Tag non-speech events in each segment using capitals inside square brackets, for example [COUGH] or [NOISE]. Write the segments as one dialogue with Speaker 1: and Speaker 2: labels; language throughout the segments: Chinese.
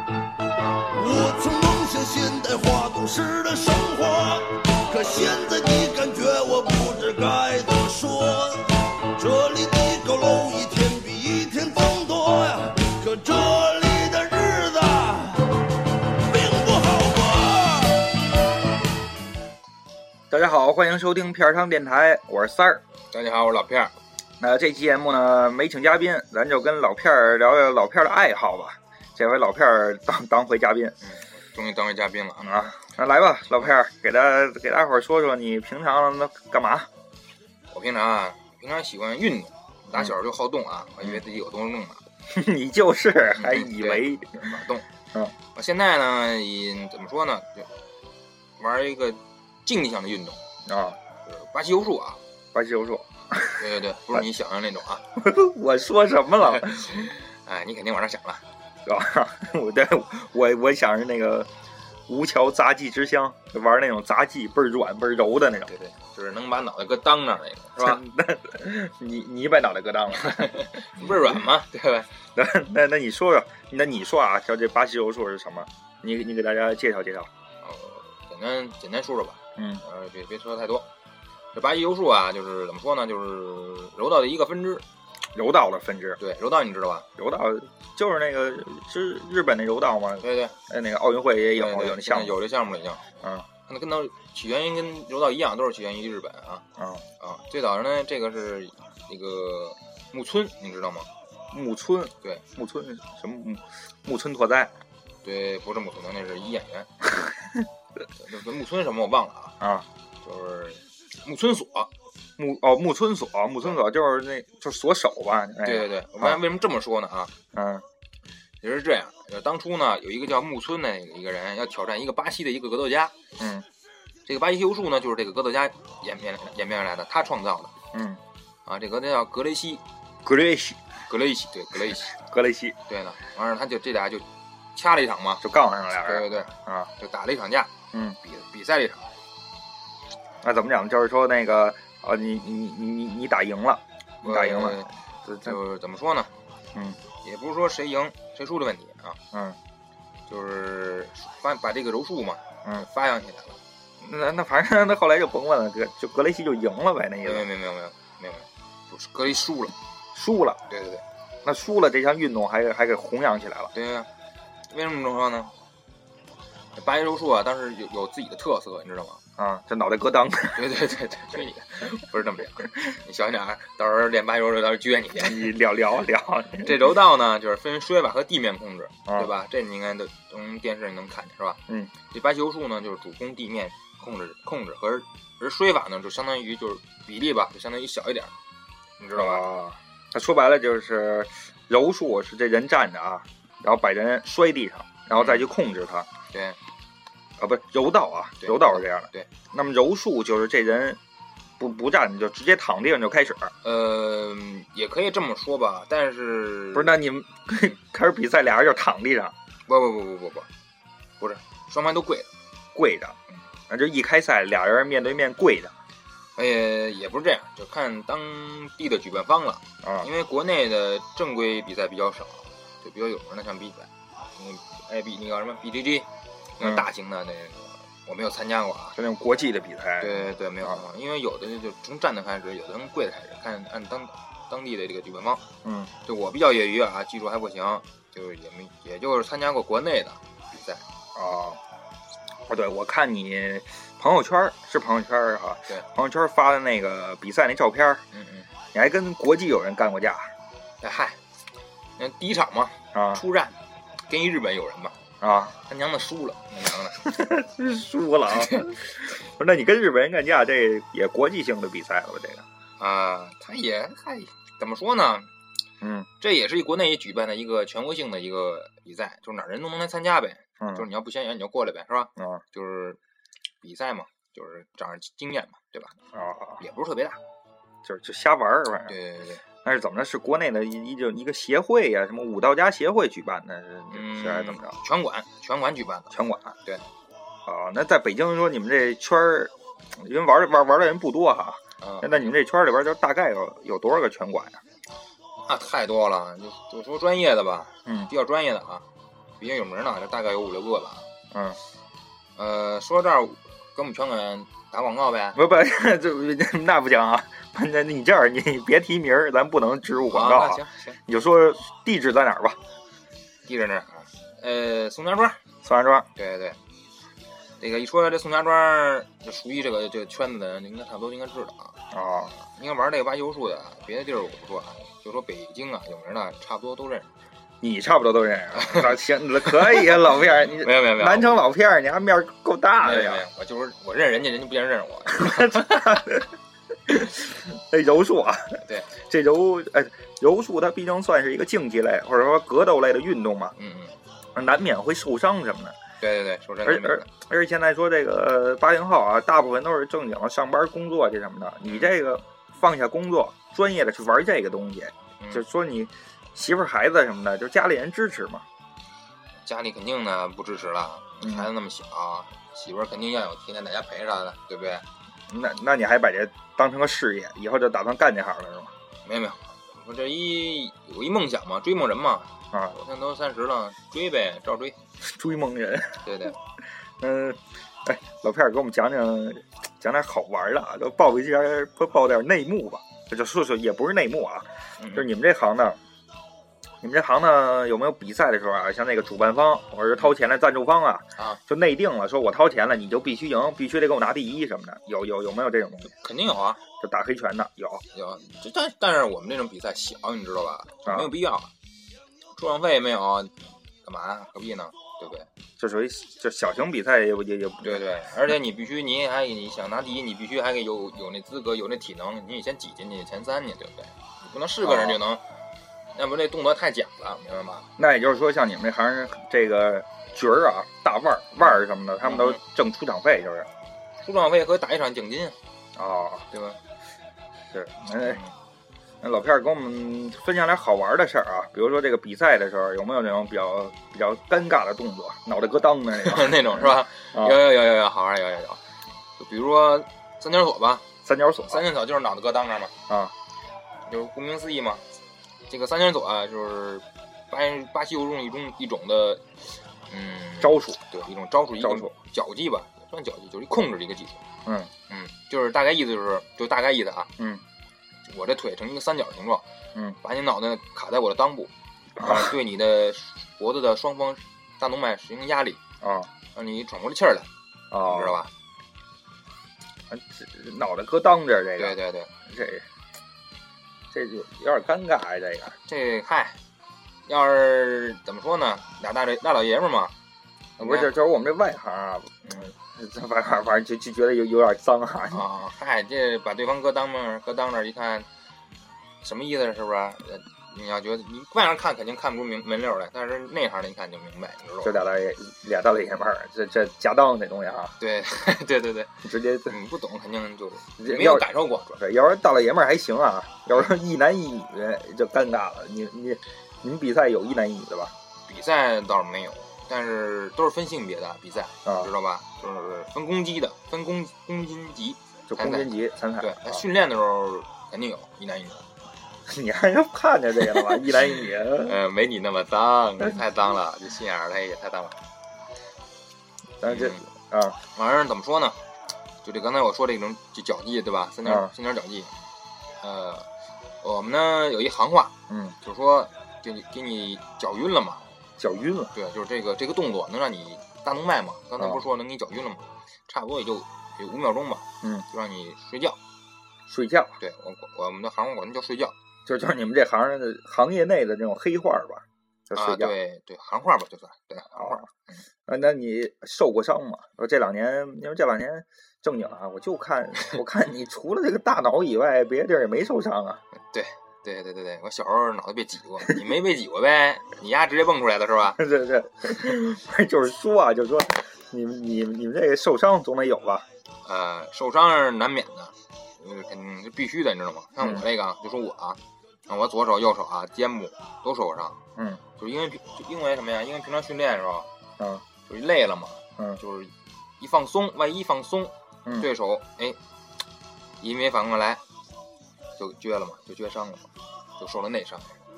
Speaker 1: 我曾梦想现代化都市的生活，可现在你感觉我不知该怎么说。这里的高楼一天比一天增多呀，可这里的日子并不好过。
Speaker 2: 大家好，欢迎收听片儿汤电台，我是三儿。
Speaker 3: 大家好，我是老片儿。
Speaker 2: 那这期节目呢，没请嘉宾，咱就跟老片儿聊聊老片儿的爱好吧。这回老片儿当当回嘉宾
Speaker 3: 终于当回嘉宾了啊！
Speaker 2: 啊，那来吧，老片儿，给大给大伙儿说说你平常那干嘛？ [LAUGHS]
Speaker 3: 我平常啊，平常喜欢运动，打小就好动啊，我以为自己有东西弄呢，
Speaker 2: 你就是还以为
Speaker 3: 老动。
Speaker 2: 嗯，
Speaker 3: 我现在呢，也怎么说呢，就玩一个竞技项的运动，
Speaker 2: 啊，
Speaker 3: 就是巴西柔术啊。
Speaker 2: 巴西柔术？
Speaker 3: 对对
Speaker 2: [LAUGHS]
Speaker 3: 对，不是你想象那种啊。
Speaker 2: 我说什么了？
Speaker 3: 哎，你肯定往那想了。
Speaker 2: 是吧？我对我我想是那个吴桥杂技之乡，就玩那种杂技倍儿软倍儿柔的那种。
Speaker 3: 对对，就是能把脑袋搁裆那儿那个，是吧？
Speaker 2: 你你把脑袋搁裆了。
Speaker 3: 倍儿软
Speaker 2: 嗯
Speaker 3: 嘛，对吧？
Speaker 2: 那那那你说说，那你说啊，像这巴西柔术是什么？你你给大家介绍介绍。
Speaker 3: 呃，简单简单说说吧，
Speaker 2: 嗯
Speaker 3: 呃，别别说太多。这巴西柔术啊，就是怎么说呢，就是柔道的一个分支。
Speaker 2: 柔道的分支，
Speaker 3: 对，柔道你知道吧？
Speaker 2: 柔道就是那个是日本那柔道吗？
Speaker 3: 对对，
Speaker 2: 哎，那个奥运会也有
Speaker 3: 对对
Speaker 2: 有那
Speaker 3: 现
Speaker 2: 项
Speaker 3: 在
Speaker 2: 目。
Speaker 3: 有这项目了已经。
Speaker 2: 嗯
Speaker 3: 那跟它起源于跟柔道一样，都是起源于日本啊
Speaker 2: 嗯，
Speaker 3: 啊！最早呢，这个是那个木村，你知道吗？
Speaker 2: 木村
Speaker 3: 对
Speaker 2: 木村什么木木村拓哉
Speaker 3: 对，不是木村，那是一演员。对对木村什么我忘了啊，
Speaker 2: 啊？
Speaker 3: 就是木村锁。
Speaker 2: 木哦木村锁木村锁就是那就是锁手吧？哎、
Speaker 3: 对对对，我发现为什么这么说呢啊？
Speaker 2: 嗯
Speaker 3: 也是这样，呃当初呢，有一个叫木村的一个人要挑战一个巴西的一个格斗家，
Speaker 2: 嗯
Speaker 3: 这个巴西柔术呢，就是这个格斗家演变演变而来的，他创造的
Speaker 2: 嗯，
Speaker 3: 啊。这个格斗家叫格雷西，
Speaker 2: 格雷西
Speaker 3: 格雷西，对，格雷西，
Speaker 2: 格雷西
Speaker 3: 对呢。完了，他就这俩就掐了一场嘛，
Speaker 2: 就杠上了俩
Speaker 3: 对
Speaker 2: 人
Speaker 3: 对对，
Speaker 2: 啊。
Speaker 3: 就打了一场架，
Speaker 2: 嗯，
Speaker 3: 比比赛了一场，
Speaker 2: 那怎么讲？就是说那个啊，你你你你你打赢了，你打赢了，
Speaker 3: 呃
Speaker 2: 这这
Speaker 3: 就是怎么说呢？
Speaker 2: 嗯，
Speaker 3: 也不是说谁赢谁输的问题啊，
Speaker 2: 嗯，
Speaker 3: 就是把把这个柔术嘛，
Speaker 2: 嗯，
Speaker 3: 发扬起来了。
Speaker 2: 那那反正那后来就甭问了，格就格雷西就赢了呗，那意
Speaker 3: 没有
Speaker 2: 思。
Speaker 3: 没有没有没有没有没有，不是格雷输了，
Speaker 2: 输了，
Speaker 3: 对对对。
Speaker 2: 那输了这项运动还还给弘扬起来了。
Speaker 3: 对呀、为什么这么说呢？八一柔术啊，当时有有自己的特色，你知道吗？
Speaker 2: 啊，这脑袋咯噔，
Speaker 3: 对对对对对，不是这么讲，你小心点儿，到时候练八一柔术，到时候撅你去。
Speaker 2: 你聊聊
Speaker 3: [LAUGHS]
Speaker 2: 啊聊，
Speaker 3: 这柔道呢，就是分摔法和地面控制，
Speaker 2: 啊
Speaker 3: 对吧？这你应该都从电视你能看见是吧？
Speaker 2: 嗯，
Speaker 3: 这八一柔术呢，就是主攻地面控制控制，和而摔法呢，就相当于就是比例吧，就相当于小一点儿，你知
Speaker 2: 知
Speaker 3: 道吧？
Speaker 2: 吧？啊那说白了就是柔术是这人站着啊，然后把人摔地上，然后再去控制他
Speaker 3: 对
Speaker 2: 啊，不是柔道啊，
Speaker 3: 对
Speaker 2: 柔道是这样的。
Speaker 3: 对，
Speaker 2: 那么柔术就是这人不不站着就直接躺地上就开始，
Speaker 3: 呃，也可以这么说吧，但是
Speaker 2: 不是？那你们 [LAUGHS] 开始比赛俩人就躺地上
Speaker 3: 不不不不不不，不是，双方都跪着。
Speaker 2: 跪着
Speaker 3: 嗯，
Speaker 2: 那就一开赛俩人面对面跪着
Speaker 3: 哎，也不是这样，就看当地的举办方了。
Speaker 2: 啊
Speaker 3: 因为国内的正规比赛比较少，就比较有名的像比赛，嗯，哎比那个什么 BGG，
Speaker 2: 嗯
Speaker 3: 那种大型的那个、我没有参加过啊。
Speaker 2: 就那种国际的比赛。
Speaker 3: 对对对，没有
Speaker 2: 啊
Speaker 3: 参加过，因为有的就从站的开始，有的从跪的开始，看按当当地的这个举办方。
Speaker 2: 嗯，
Speaker 3: 就我比较业余啊，技术还不行，就是也没也就是参加过国内的比赛。
Speaker 2: 啊，哦，对，我看你朋友圈儿是朋友圈儿哈、
Speaker 3: 对
Speaker 2: 朋友圈儿发的那个比赛那照片儿，
Speaker 3: 嗯嗯，
Speaker 2: 你还跟国际友人干过架
Speaker 3: 哎嗨，那第一场嘛，
Speaker 2: 啊
Speaker 3: 出战跟一日本友人吧，
Speaker 2: 啊，
Speaker 3: 他娘的输了，他娘的。
Speaker 2: 真输了啊！
Speaker 3: [LAUGHS]
Speaker 2: 不是，那你跟日本人干架，这也国际性的比赛了吧？这个，
Speaker 3: 啊，他也嗨，怎么说呢？
Speaker 2: 嗯
Speaker 3: 这也是一国内举办的一个全国性的一个比赛，就是哪儿人都能来参加呗。
Speaker 2: 嗯
Speaker 3: 就是你要不显眼，你就过来呗，是吧？
Speaker 2: 嗯
Speaker 3: 就是比赛嘛，就是长点经验嘛，对吧？
Speaker 2: 啊，哎
Speaker 3: 也不是特别大。
Speaker 2: 就就瞎玩儿，反正
Speaker 3: 对对对，
Speaker 2: 那是怎么着？是国内的一一就一个协会呀、什么武道家协会举办的，是
Speaker 3: 嗯，
Speaker 2: 是还是怎么着？？
Speaker 3: 拳馆，拳馆举办的。
Speaker 2: 拳馆
Speaker 3: 对
Speaker 2: 啊，那在北京说你们这圈儿，因为玩儿玩儿玩儿的人不多哈，
Speaker 3: 啊
Speaker 2: 那那你们这圈里边就大概有有多少个拳馆呀、
Speaker 3: 那太多了，就就说专业的吧，
Speaker 2: 嗯
Speaker 3: 比较专业的啊，比较有名的，这大概有五六个吧。
Speaker 2: 嗯，
Speaker 3: 呃，说到这儿，给我们拳馆打广告呗。
Speaker 2: 不 [LAUGHS] 不，这那不行啊！ [LAUGHS] 那你这样，你你别提名儿，咱不能植入广告
Speaker 3: 啊
Speaker 2: 啊
Speaker 3: 那。行行，
Speaker 2: 你就说地址在哪儿吧，
Speaker 3: 地址那儿啊，呃，宋家庄，
Speaker 2: 宋家庄。
Speaker 3: 对对，这个一说这宋家庄，就熟悉这个这个圈子的人，应该差不多应该知道啊。
Speaker 2: 哦，
Speaker 3: 应该玩这个挖油术的，别的地儿我不说啊，就说北京啊，有名的差不多都认识。
Speaker 2: 你差不多都认识 [LAUGHS] 啊。行，可以啊，老片儿，你
Speaker 3: 没有没有没有，
Speaker 2: 南城啊老片儿，你还面儿够大
Speaker 3: 没
Speaker 2: 的
Speaker 3: 有没
Speaker 2: 呀。
Speaker 3: 有，我就是我认人家，人家不见得认识我。
Speaker 2: 那柔术啊，
Speaker 3: 对，
Speaker 2: 这柔哎，柔术它毕竟算是一个竞技类或者说格斗类的运动嘛，
Speaker 3: 嗯嗯，
Speaker 2: 难免会受伤什么的。
Speaker 3: 对对对，说真
Speaker 2: 而
Speaker 3: 的没有
Speaker 2: 而而且现在说这个八零后啊，大部分都是正经的上班工作这什么的，你这个放下工作，专业的去玩这个东西，
Speaker 3: 嗯
Speaker 2: 就说你媳妇儿孩子什么的，就家里人支持嘛。
Speaker 3: 家里肯定呢不支持了，
Speaker 2: 嗯
Speaker 3: 孩子那么小，媳妇儿肯定要有天天在家陪着她的，对不对？
Speaker 2: 那那你还把这当成个事业，以后就打算干这行了是吗？
Speaker 3: 没有没有，我这一有一梦想嘛，追梦人嘛，
Speaker 2: 啊，
Speaker 3: 我现在都三十了，追呗，照追。
Speaker 2: 追梦人。
Speaker 3: 对对，
Speaker 2: 嗯，哎，老片儿给我们讲讲讲点好玩的啊，就报一些不报点内幕吧，就说说也不是内幕啊，
Speaker 3: 嗯
Speaker 2: 就是你们这行呢，你们这行呢有没有比赛的时候啊，像那个主办方或者是掏钱的赞助方啊，
Speaker 3: 啊，
Speaker 2: 就内定了，说我掏钱了，你就必须赢，必须得给我拿第一什么的，有有有没有这种东西？
Speaker 3: 肯定有啊，
Speaker 2: 就打黑拳的有
Speaker 3: 有，就但但是我们这种比赛小，你知道吧？
Speaker 2: 啊
Speaker 3: 没有，必要，出场费也没有，干嘛呀？何必呢？对不对？
Speaker 2: 就属于就小型比赛也也也
Speaker 3: 对对，而且你必须，你还你想拿第一，你必须还得有有那资格，有那体能，你得先挤进去前三去，对不对？你不能是个人就能，要不这动作太假了，明白吧？
Speaker 2: 那也就是说，像你们这行儿这个角儿啊、大腕儿、腕儿什么的，他们都
Speaker 3: 嗯
Speaker 2: 挣出场费，就是
Speaker 3: 出场费和打一场奖金，
Speaker 2: 哦，
Speaker 3: 对吧？
Speaker 2: 是。哎，那老片儿给我们分享点好玩的事儿啊，比如说这个比赛的时候，有没有那种比较比较尴尬的动作，脑袋咯噔的那种？
Speaker 3: [LAUGHS] 那种是吧？
Speaker 2: 啊
Speaker 3: 有有有有有，好玩有有有，就比如说三角锁吧，
Speaker 2: 三角锁
Speaker 3: 三角锁就是脑袋搁裆那儿嘛，
Speaker 2: 啊，
Speaker 3: 就是顾名思义嘛。这个三角锁啊，就是巴巴西柔术一种一种的，嗯，
Speaker 2: 招数
Speaker 3: 对一种招数，一
Speaker 2: 招
Speaker 3: 种
Speaker 2: 数
Speaker 3: 脚技吧，也算脚技，就是一控制的一个技术。
Speaker 2: 嗯
Speaker 3: 嗯，就是大概意思就是，就大概意思啊，
Speaker 2: 嗯，
Speaker 3: 我这腿呈一个三角形状，
Speaker 2: 嗯，
Speaker 3: 把你脑袋卡在我的裆部，然
Speaker 2: 啊
Speaker 3: 后对你的脖子的双方大动脉实行压力，
Speaker 2: 啊
Speaker 3: 让你喘不过气儿来，
Speaker 2: 啊，哎
Speaker 3: 你知道？吧？
Speaker 2: 脑袋咯噔着这个，
Speaker 3: 对对对，
Speaker 2: 这这就有点尴尬呀，这个
Speaker 3: 这嗨，要是怎么说呢，俩大这大老爷们儿嘛，
Speaker 2: 不是就就是我们这外行啊，这反反反正就就觉得有有点脏啊，
Speaker 3: 啊，嗨，这把对方搁裆那儿，搁裆那儿一看，什么意思是不是？呃你要觉得你外行看肯定看不出明门溜儿来，但是内行的一看就明白，你知道
Speaker 2: 就
Speaker 3: 吧？
Speaker 2: 俩大爷俩大老爷们儿，这这家当这东西啊，
Speaker 3: 对 [LAUGHS] 对对对，
Speaker 2: 直接
Speaker 3: 你不懂肯定就
Speaker 2: 这
Speaker 3: 没
Speaker 2: 要
Speaker 3: 有感受过，主要
Speaker 2: 对，要是大老爷们儿还行啊，要是一男一女就尴尬了。你你你们比赛有一男一女的吧？
Speaker 3: 比赛倒是没有，但是都是分性别的比赛，
Speaker 2: 啊
Speaker 3: 知，道吧？就是分公鸡的，分公公斤级。
Speaker 2: 就空间级参赛。
Speaker 3: 对，
Speaker 2: 啊
Speaker 3: 那训练的时候肯定有一男一女。
Speaker 2: 你还能看见这个了吧？一男一女，
Speaker 3: [LAUGHS] 呃，没你那么脏，
Speaker 2: 嗯
Speaker 3: 太脏了，这心眼儿他也太脏了。
Speaker 2: 但是
Speaker 3: 嗯
Speaker 2: 这啊，
Speaker 3: 玩意儿怎么说呢？就这刚才我说这种就脚技对吧？三角、
Speaker 2: 嗯
Speaker 3: 三角脚技，呃，我们呢有一行话，
Speaker 2: 嗯，
Speaker 3: 就是说给你给你脚晕了嘛，
Speaker 2: 脚晕了
Speaker 3: 对，就是这个这个动作能让你大动脉嘛，刚才
Speaker 2: 嗯
Speaker 3: 不是说能给你脚晕了吗？差不多也就也五秒钟吧，
Speaker 2: 嗯，
Speaker 3: 就让你睡觉。
Speaker 2: 睡觉，
Speaker 3: 对我管我们的行话管它叫睡觉
Speaker 2: 就就是你们这行的行业内的这种黑话儿吧，就
Speaker 3: 啊，
Speaker 2: 睡觉。
Speaker 3: 对对，行话吧，就算对行话
Speaker 2: 啊。啊，那你受过伤吗？我这两年，因为这两年正经啊，我就看我看你除了这个大脑以外，别的地儿也没受伤啊。 [LAUGHS]
Speaker 3: 对对对对，我小时候脑袋被挤过，你没被挤过呗？你丫直接蹦出来的是吧？
Speaker 2: 对对，对 [LAUGHS] 就是说啊，就是说，你们你们你们这个受伤总得有吧？
Speaker 3: 呃，受伤是难免的，呃，肯定是必须的，你知道吗？像我
Speaker 2: 嗯
Speaker 3: 这个啊，就说我啊，像我左手、右手啊，肩部都受过伤，
Speaker 2: 嗯，
Speaker 3: 就是因为平就因为什么呀？因为平常训练的时候，
Speaker 2: 嗯，
Speaker 3: 就是累了嘛，
Speaker 2: 嗯
Speaker 3: 就是一放松，万一一放松，
Speaker 2: 嗯
Speaker 3: 对手哎因为反过来就撅了嘛，就撅伤了嘛，就受了内伤，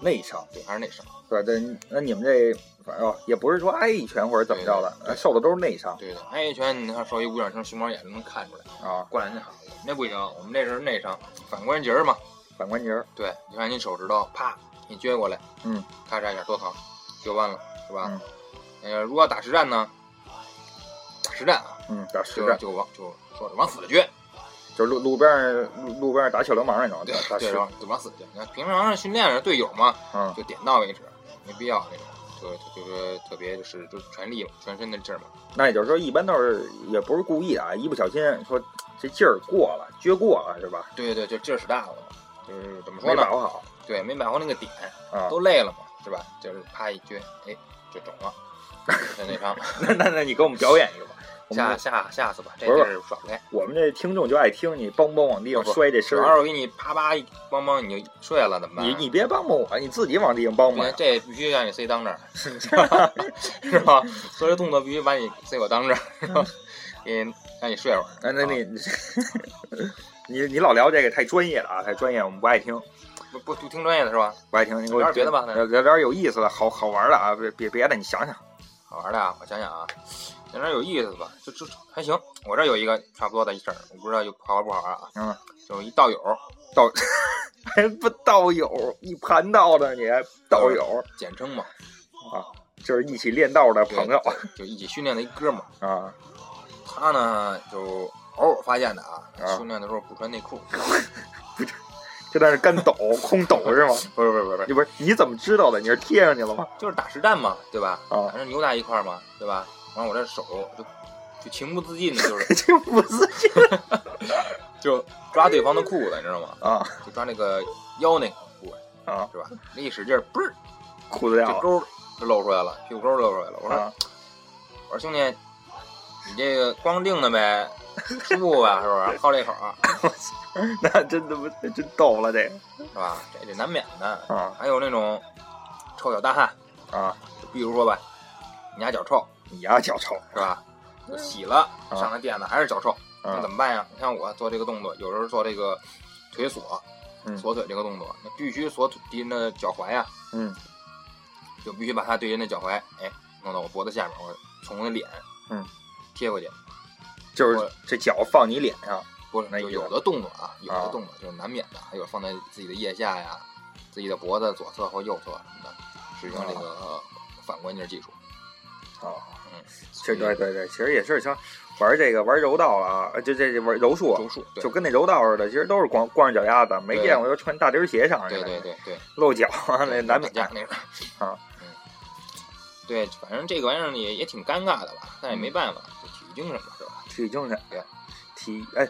Speaker 2: 内伤，
Speaker 3: 对，还是内伤，
Speaker 2: 对，那那你们这反正、哦也不是说挨一拳或者怎么着的，
Speaker 3: 对对对
Speaker 2: 受的都是内伤
Speaker 3: 对的。挨一拳，你看稍微捂两声熊猫眼就能看出来，
Speaker 2: 啊，
Speaker 3: 过来那好，那不行，我们这是内伤，反关节儿嘛，
Speaker 2: 反关节儿，
Speaker 3: 对，你看你手指头，啪，你撅过来，
Speaker 2: 嗯，
Speaker 3: 咔嚓一下多疼，就完了，是吧？
Speaker 2: 嗯
Speaker 3: 呃，如果要打实战呢，打实战啊，
Speaker 2: 嗯，打实
Speaker 3: 就
Speaker 2: 战，
Speaker 3: 就往就说是往死了撅，
Speaker 2: 就路路边儿路路边儿打小流氓那种，
Speaker 3: 对
Speaker 2: 打
Speaker 3: 对，
Speaker 2: 实
Speaker 3: 就，往就往死了撅。你看平常训练的队友嘛，
Speaker 2: 嗯
Speaker 3: 就点到为止，没必要那种，就就就是特别就是就是全力嘛，全身的劲儿嘛，
Speaker 2: 那也就是说，一般都是也不是故意的啊，一不小心说这劲儿过了，撅过了是吧？
Speaker 3: 对对，就劲儿使大了嘛，就是怎么说
Speaker 2: 没
Speaker 3: 呢
Speaker 2: 把？握好
Speaker 3: 对，没把握那个点，
Speaker 2: 啊。
Speaker 3: 都累了嘛，是吧？就是啪一撅，哎，就肿了，就内伤。
Speaker 2: [LAUGHS] 那那那你给我们表演一个吧，我
Speaker 3: 下
Speaker 2: 们
Speaker 3: 下下次吧，这
Speaker 2: 不
Speaker 3: 地
Speaker 2: 是
Speaker 3: 儿耍不开。
Speaker 2: 我们这听众就爱听你梆梆往地上
Speaker 3: 不是
Speaker 2: 摔这
Speaker 3: 主
Speaker 2: 声
Speaker 3: 要
Speaker 2: 儿，
Speaker 3: 是我给你啪啪一梆梆你就摔了，怎么办？啊
Speaker 2: 你你别梆梆我，你自己往地上梆
Speaker 3: 对
Speaker 2: 梆。
Speaker 3: 这必须让你塞裆这儿， [LAUGHS]
Speaker 2: [LAUGHS]
Speaker 3: 是吧？所以这动作必须把你塞我裆这儿，是
Speaker 2: [LAUGHS]
Speaker 3: 吧给你让你睡会儿。
Speaker 2: 那那那，你 [LAUGHS] 你老聊这个太专业了啊，太专业，我们不爱听，
Speaker 3: 不不不听专业的是吧？
Speaker 2: 不爱听。你给我呃
Speaker 3: 聊点别的吧
Speaker 2: 聊聊点有意思的，好好玩的啊，别别别的，你想 [LAUGHS] 想，
Speaker 3: 好玩的啊，我想想啊，讲点有意思的吧，就就还行。我这儿有一个差不多的事儿，我不知道有好玩不好玩啊。
Speaker 2: 嗯，
Speaker 3: 就是一道友，
Speaker 2: 道还哎不道友，一盘道的你还道友，
Speaker 3: 简称嘛，
Speaker 2: 就是一起练道的朋友
Speaker 3: 就一起训练的一哥们儿。
Speaker 2: 啊。
Speaker 3: 他呢就偶尔发现的啊，
Speaker 2: 啊
Speaker 3: 训练的时候不穿内裤， [LAUGHS]
Speaker 2: 就在那干抖，空抖是吗？
Speaker 3: 不是不是不是不是，
Speaker 2: 你不是你怎么知道的？你是贴上去了吗？
Speaker 3: 就是打实战嘛，对吧？
Speaker 2: 啊 [LAUGHS]
Speaker 3: 反正扭打一块儿嘛，对吧？然后我这手就就情不自禁的，就
Speaker 2: [LAUGHS]
Speaker 3: 是
Speaker 2: 这不是
Speaker 3: 就抓对方的裤子，你知道吗？
Speaker 2: 啊
Speaker 3: 就抓那个腰那个部位，
Speaker 2: 啊，
Speaker 3: 是吧？那一使劲儿，嘣儿，
Speaker 2: 裤子掉
Speaker 3: 这
Speaker 2: 了
Speaker 3: 沟儿就露出来了，屁股沟儿露出来了。我说
Speaker 2: 啊！ [LAUGHS]
Speaker 3: 我说兄弟，你这个光腚的呗，舒服吧？是不是？好这口啊儿
Speaker 2: 那真他妈真逗了这个
Speaker 3: 是吧？这这难免的。
Speaker 2: 啊
Speaker 3: 还有那种臭脚大汉，
Speaker 2: 啊！
Speaker 3: 就比如说吧，你家脚臭
Speaker 2: 你丫脚臭
Speaker 3: 是吧？就洗了
Speaker 2: 啊
Speaker 3: 上了垫子还是脚臭，那
Speaker 2: 啊
Speaker 3: 怎么办呀？你看我做这个动作，有时候做这个腿锁
Speaker 2: 嗯，
Speaker 3: 锁腿这个动作，那必须锁敌人的脚踝呀，
Speaker 2: 嗯
Speaker 3: 就必须把他对人的脚踝，哎，弄到我脖子下面，我从我的脸，
Speaker 2: 嗯，
Speaker 3: 贴过去。
Speaker 2: 就是这脚放你脸上
Speaker 3: 不是，
Speaker 2: 那
Speaker 3: 就
Speaker 2: 意思
Speaker 3: 有的动作啊，有
Speaker 2: 啊
Speaker 3: 的动作就是难免的，还有放在自己的腋下呀、自己的脖子左侧或右侧什么的，使用这个呃反关节技术。
Speaker 2: 啊！
Speaker 3: 嗯，
Speaker 2: 这对对对，其实也是像玩这个玩柔道了啊，呃就这这玩柔术啊，
Speaker 3: 周术，对
Speaker 2: 就跟那柔道似的，其实都是光光着脚丫子，没
Speaker 3: 对
Speaker 2: 见过就穿大底鞋上去
Speaker 3: 对
Speaker 2: 的
Speaker 3: 对对对，
Speaker 2: 露脚啊，那
Speaker 3: 对
Speaker 2: 难免
Speaker 3: 打架那种
Speaker 2: 啊，
Speaker 3: 嗯，对，反正这个玩意儿也也挺尴尬的吧，但也没办法，就体育精神嘛，是吧？
Speaker 2: 体育精神
Speaker 3: 对，
Speaker 2: 体哎。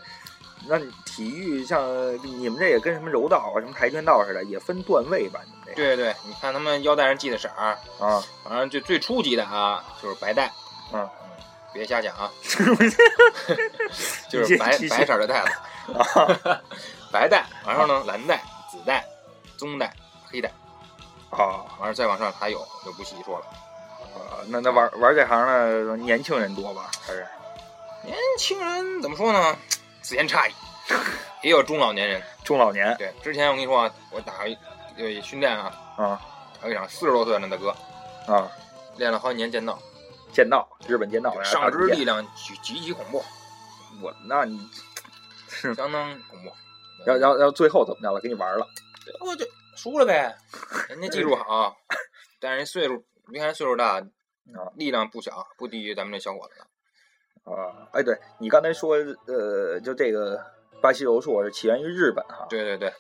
Speaker 2: 那你体育像你们这也跟什么柔道啊、什么跆拳道似的，也分段位吧？你们这
Speaker 3: 对对，你看他们腰带上系的色儿，
Speaker 2: 个啊，
Speaker 3: 反正就最初级的啊，就是白带，
Speaker 2: 嗯
Speaker 3: 别瞎 [LAUGHS] 想啊，就是白
Speaker 2: 你这
Speaker 3: 白色儿的带子， [LAUGHS] 白带，然后呢蓝带、紫带、棕带、黑带，
Speaker 2: 啊，
Speaker 3: 完了再往上还有就不细说了。哎
Speaker 2: 啊，那那玩玩这行的年轻人多吧？还是
Speaker 3: 年轻人怎么说呢？此言差矣， [LAUGHS] 也有中老年人。
Speaker 2: 中老年
Speaker 3: 对，之前我跟你说啊，我打一呃训练啊，
Speaker 2: 啊
Speaker 3: 打一场四十多岁的那大哥，
Speaker 2: 啊？
Speaker 3: 练了好几年剑道，
Speaker 2: 剑道，日本剑道，
Speaker 3: 对
Speaker 2: 哎
Speaker 3: 上肢，
Speaker 2: 大姐
Speaker 3: 力量极极其恐怖，
Speaker 2: 我那你是
Speaker 3: 相当恐怖。嗯
Speaker 2: 要要要最后怎么着了？给你玩了
Speaker 3: 我就输了呗。人家技
Speaker 2: [LAUGHS]
Speaker 3: 术好，但是人岁数，你看人岁数大，力量不小，不低于咱们这小伙子的。
Speaker 2: 啊？哎，对你刚才说，呃，就这个巴西柔术是起源于日本啊哈。
Speaker 3: 对对对，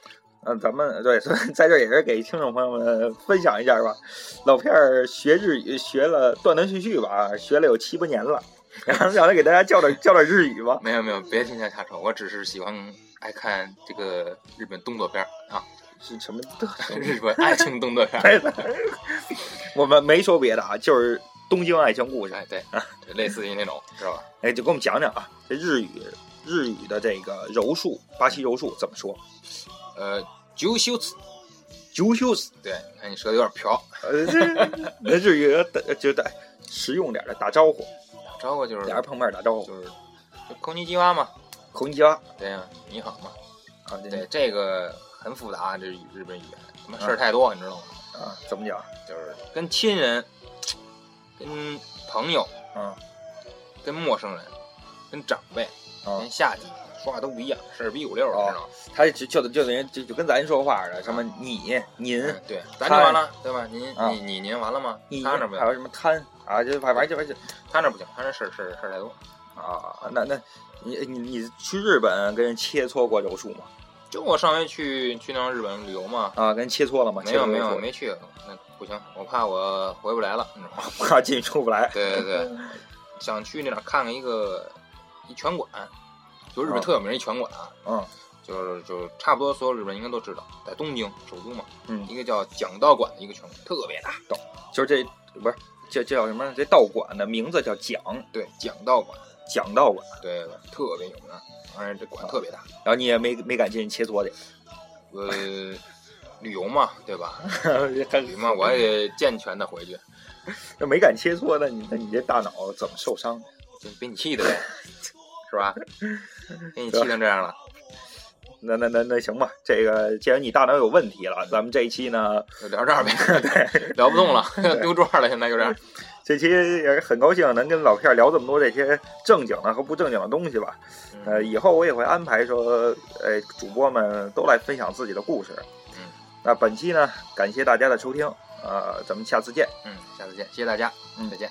Speaker 2: 嗯，咱们对，所以在这儿也是给听众朋友们分享一下吧。老片儿学日语学了断断续续吧，啊学了有七八年了，然后让他给大家教点教点日语吧。
Speaker 3: 没有没有，别听他瞎说，我只是喜欢爱看这个日本动作片儿啊，
Speaker 2: 是什么？这
Speaker 3: 日本爱情动作片儿。 [LAUGHS]
Speaker 2: 对的， [LAUGHS] 我们没说别的啊，就是东京爱情故事。
Speaker 3: 哎，对，对类似于那种，知道吧？
Speaker 2: 哎，就给我们讲讲啊，这日语日语的这个柔术，巴西柔术怎么说？
Speaker 3: 呃，九修子，
Speaker 2: 九修斯，
Speaker 3: 对，你看你舌头有点瓢，
Speaker 2: 呃，这日语呃就得实用点的打招呼，
Speaker 3: 招呼就是
Speaker 2: 俩人碰面打招呼
Speaker 3: 就是就空尼基蛙嘛，
Speaker 2: 孔乙己啊，
Speaker 3: 对呀、你好嘛。
Speaker 2: 啊
Speaker 3: 对，这个很复杂，这日本语言，他
Speaker 2: 嗯
Speaker 3: 妈事儿太多，你知道吗？
Speaker 2: 啊，怎么讲？
Speaker 3: 就是跟亲人、跟朋友、
Speaker 2: 啊
Speaker 3: 跟陌生人、跟长辈、
Speaker 2: 啊
Speaker 3: 跟，下级说话都不一样，事儿逼五六的，
Speaker 2: 哦
Speaker 3: 你知道吗？
Speaker 2: 他就就就等于就就跟咱说话似的，什么你您
Speaker 3: 嗯，对，咱就
Speaker 2: 他
Speaker 3: 完了，对吧？您
Speaker 2: 啊
Speaker 3: 你你您完了吗？
Speaker 2: 你，
Speaker 3: 他那不
Speaker 2: 还
Speaker 3: 行，
Speaker 2: 有什么贪啊，就反正就反正
Speaker 3: 他那不行，他那事儿事儿事儿太多，
Speaker 2: 就啊，那那你你你去日本跟人切磋过柔术吗？
Speaker 3: 就我上回去去趟日本旅游嘛，
Speaker 2: 啊，跟人切磋了吗？
Speaker 3: 没
Speaker 2: 切磋
Speaker 3: 有没有
Speaker 2: 柔术
Speaker 3: 没去，那不行，我怕我回不来了，你知道吗？ [LAUGHS]
Speaker 2: [LAUGHS] 怕啊进出不来
Speaker 3: 对对对，
Speaker 2: 嗯
Speaker 3: [LAUGHS] 想去那哪儿看看一个一拳馆，就日本
Speaker 2: 啊
Speaker 3: 特有名儿一拳馆啊，
Speaker 2: 嗯，
Speaker 3: 就是就差不多所有日本人应该都知道，在东京首都嘛，
Speaker 2: 嗯
Speaker 3: 一个叫讲道馆的一个拳馆，特别大，
Speaker 2: 就是这不是这这叫什么？这道馆的名字叫讲
Speaker 3: 对，讲道馆，
Speaker 2: 讲道馆，
Speaker 3: 对对对，特别有名儿，而且这馆特别大，
Speaker 2: 然后你也没没敢进去切
Speaker 3: [LAUGHS]
Speaker 2: 磋去，
Speaker 3: 呃，旅游嘛，对吧？旅游嘛，
Speaker 2: 还
Speaker 3: 我也得健全的回去，
Speaker 2: 这没敢切磋，那你那你这大脑怎么受伤的？
Speaker 3: 就被你气的呗，
Speaker 2: [LAUGHS]
Speaker 3: 是吧？给你气成这样了，
Speaker 2: 那那那那行吧，这个既然你大脑有问题了，咱们这一期呢，
Speaker 3: 就聊这儿呗，聊不动了，丢桌儿了，现在有点儿。
Speaker 2: 这期也是很高兴能跟老片儿聊这么多这些正经的和不正经的东西吧。呃，以后我也会安排说，呃，主播们都来分享自己的故事。
Speaker 3: 嗯，
Speaker 2: 那本期呢，感谢大家的收听，呃，咱们下次见。
Speaker 3: 嗯，下次见，谢谢大家，
Speaker 2: 嗯
Speaker 3: 再见。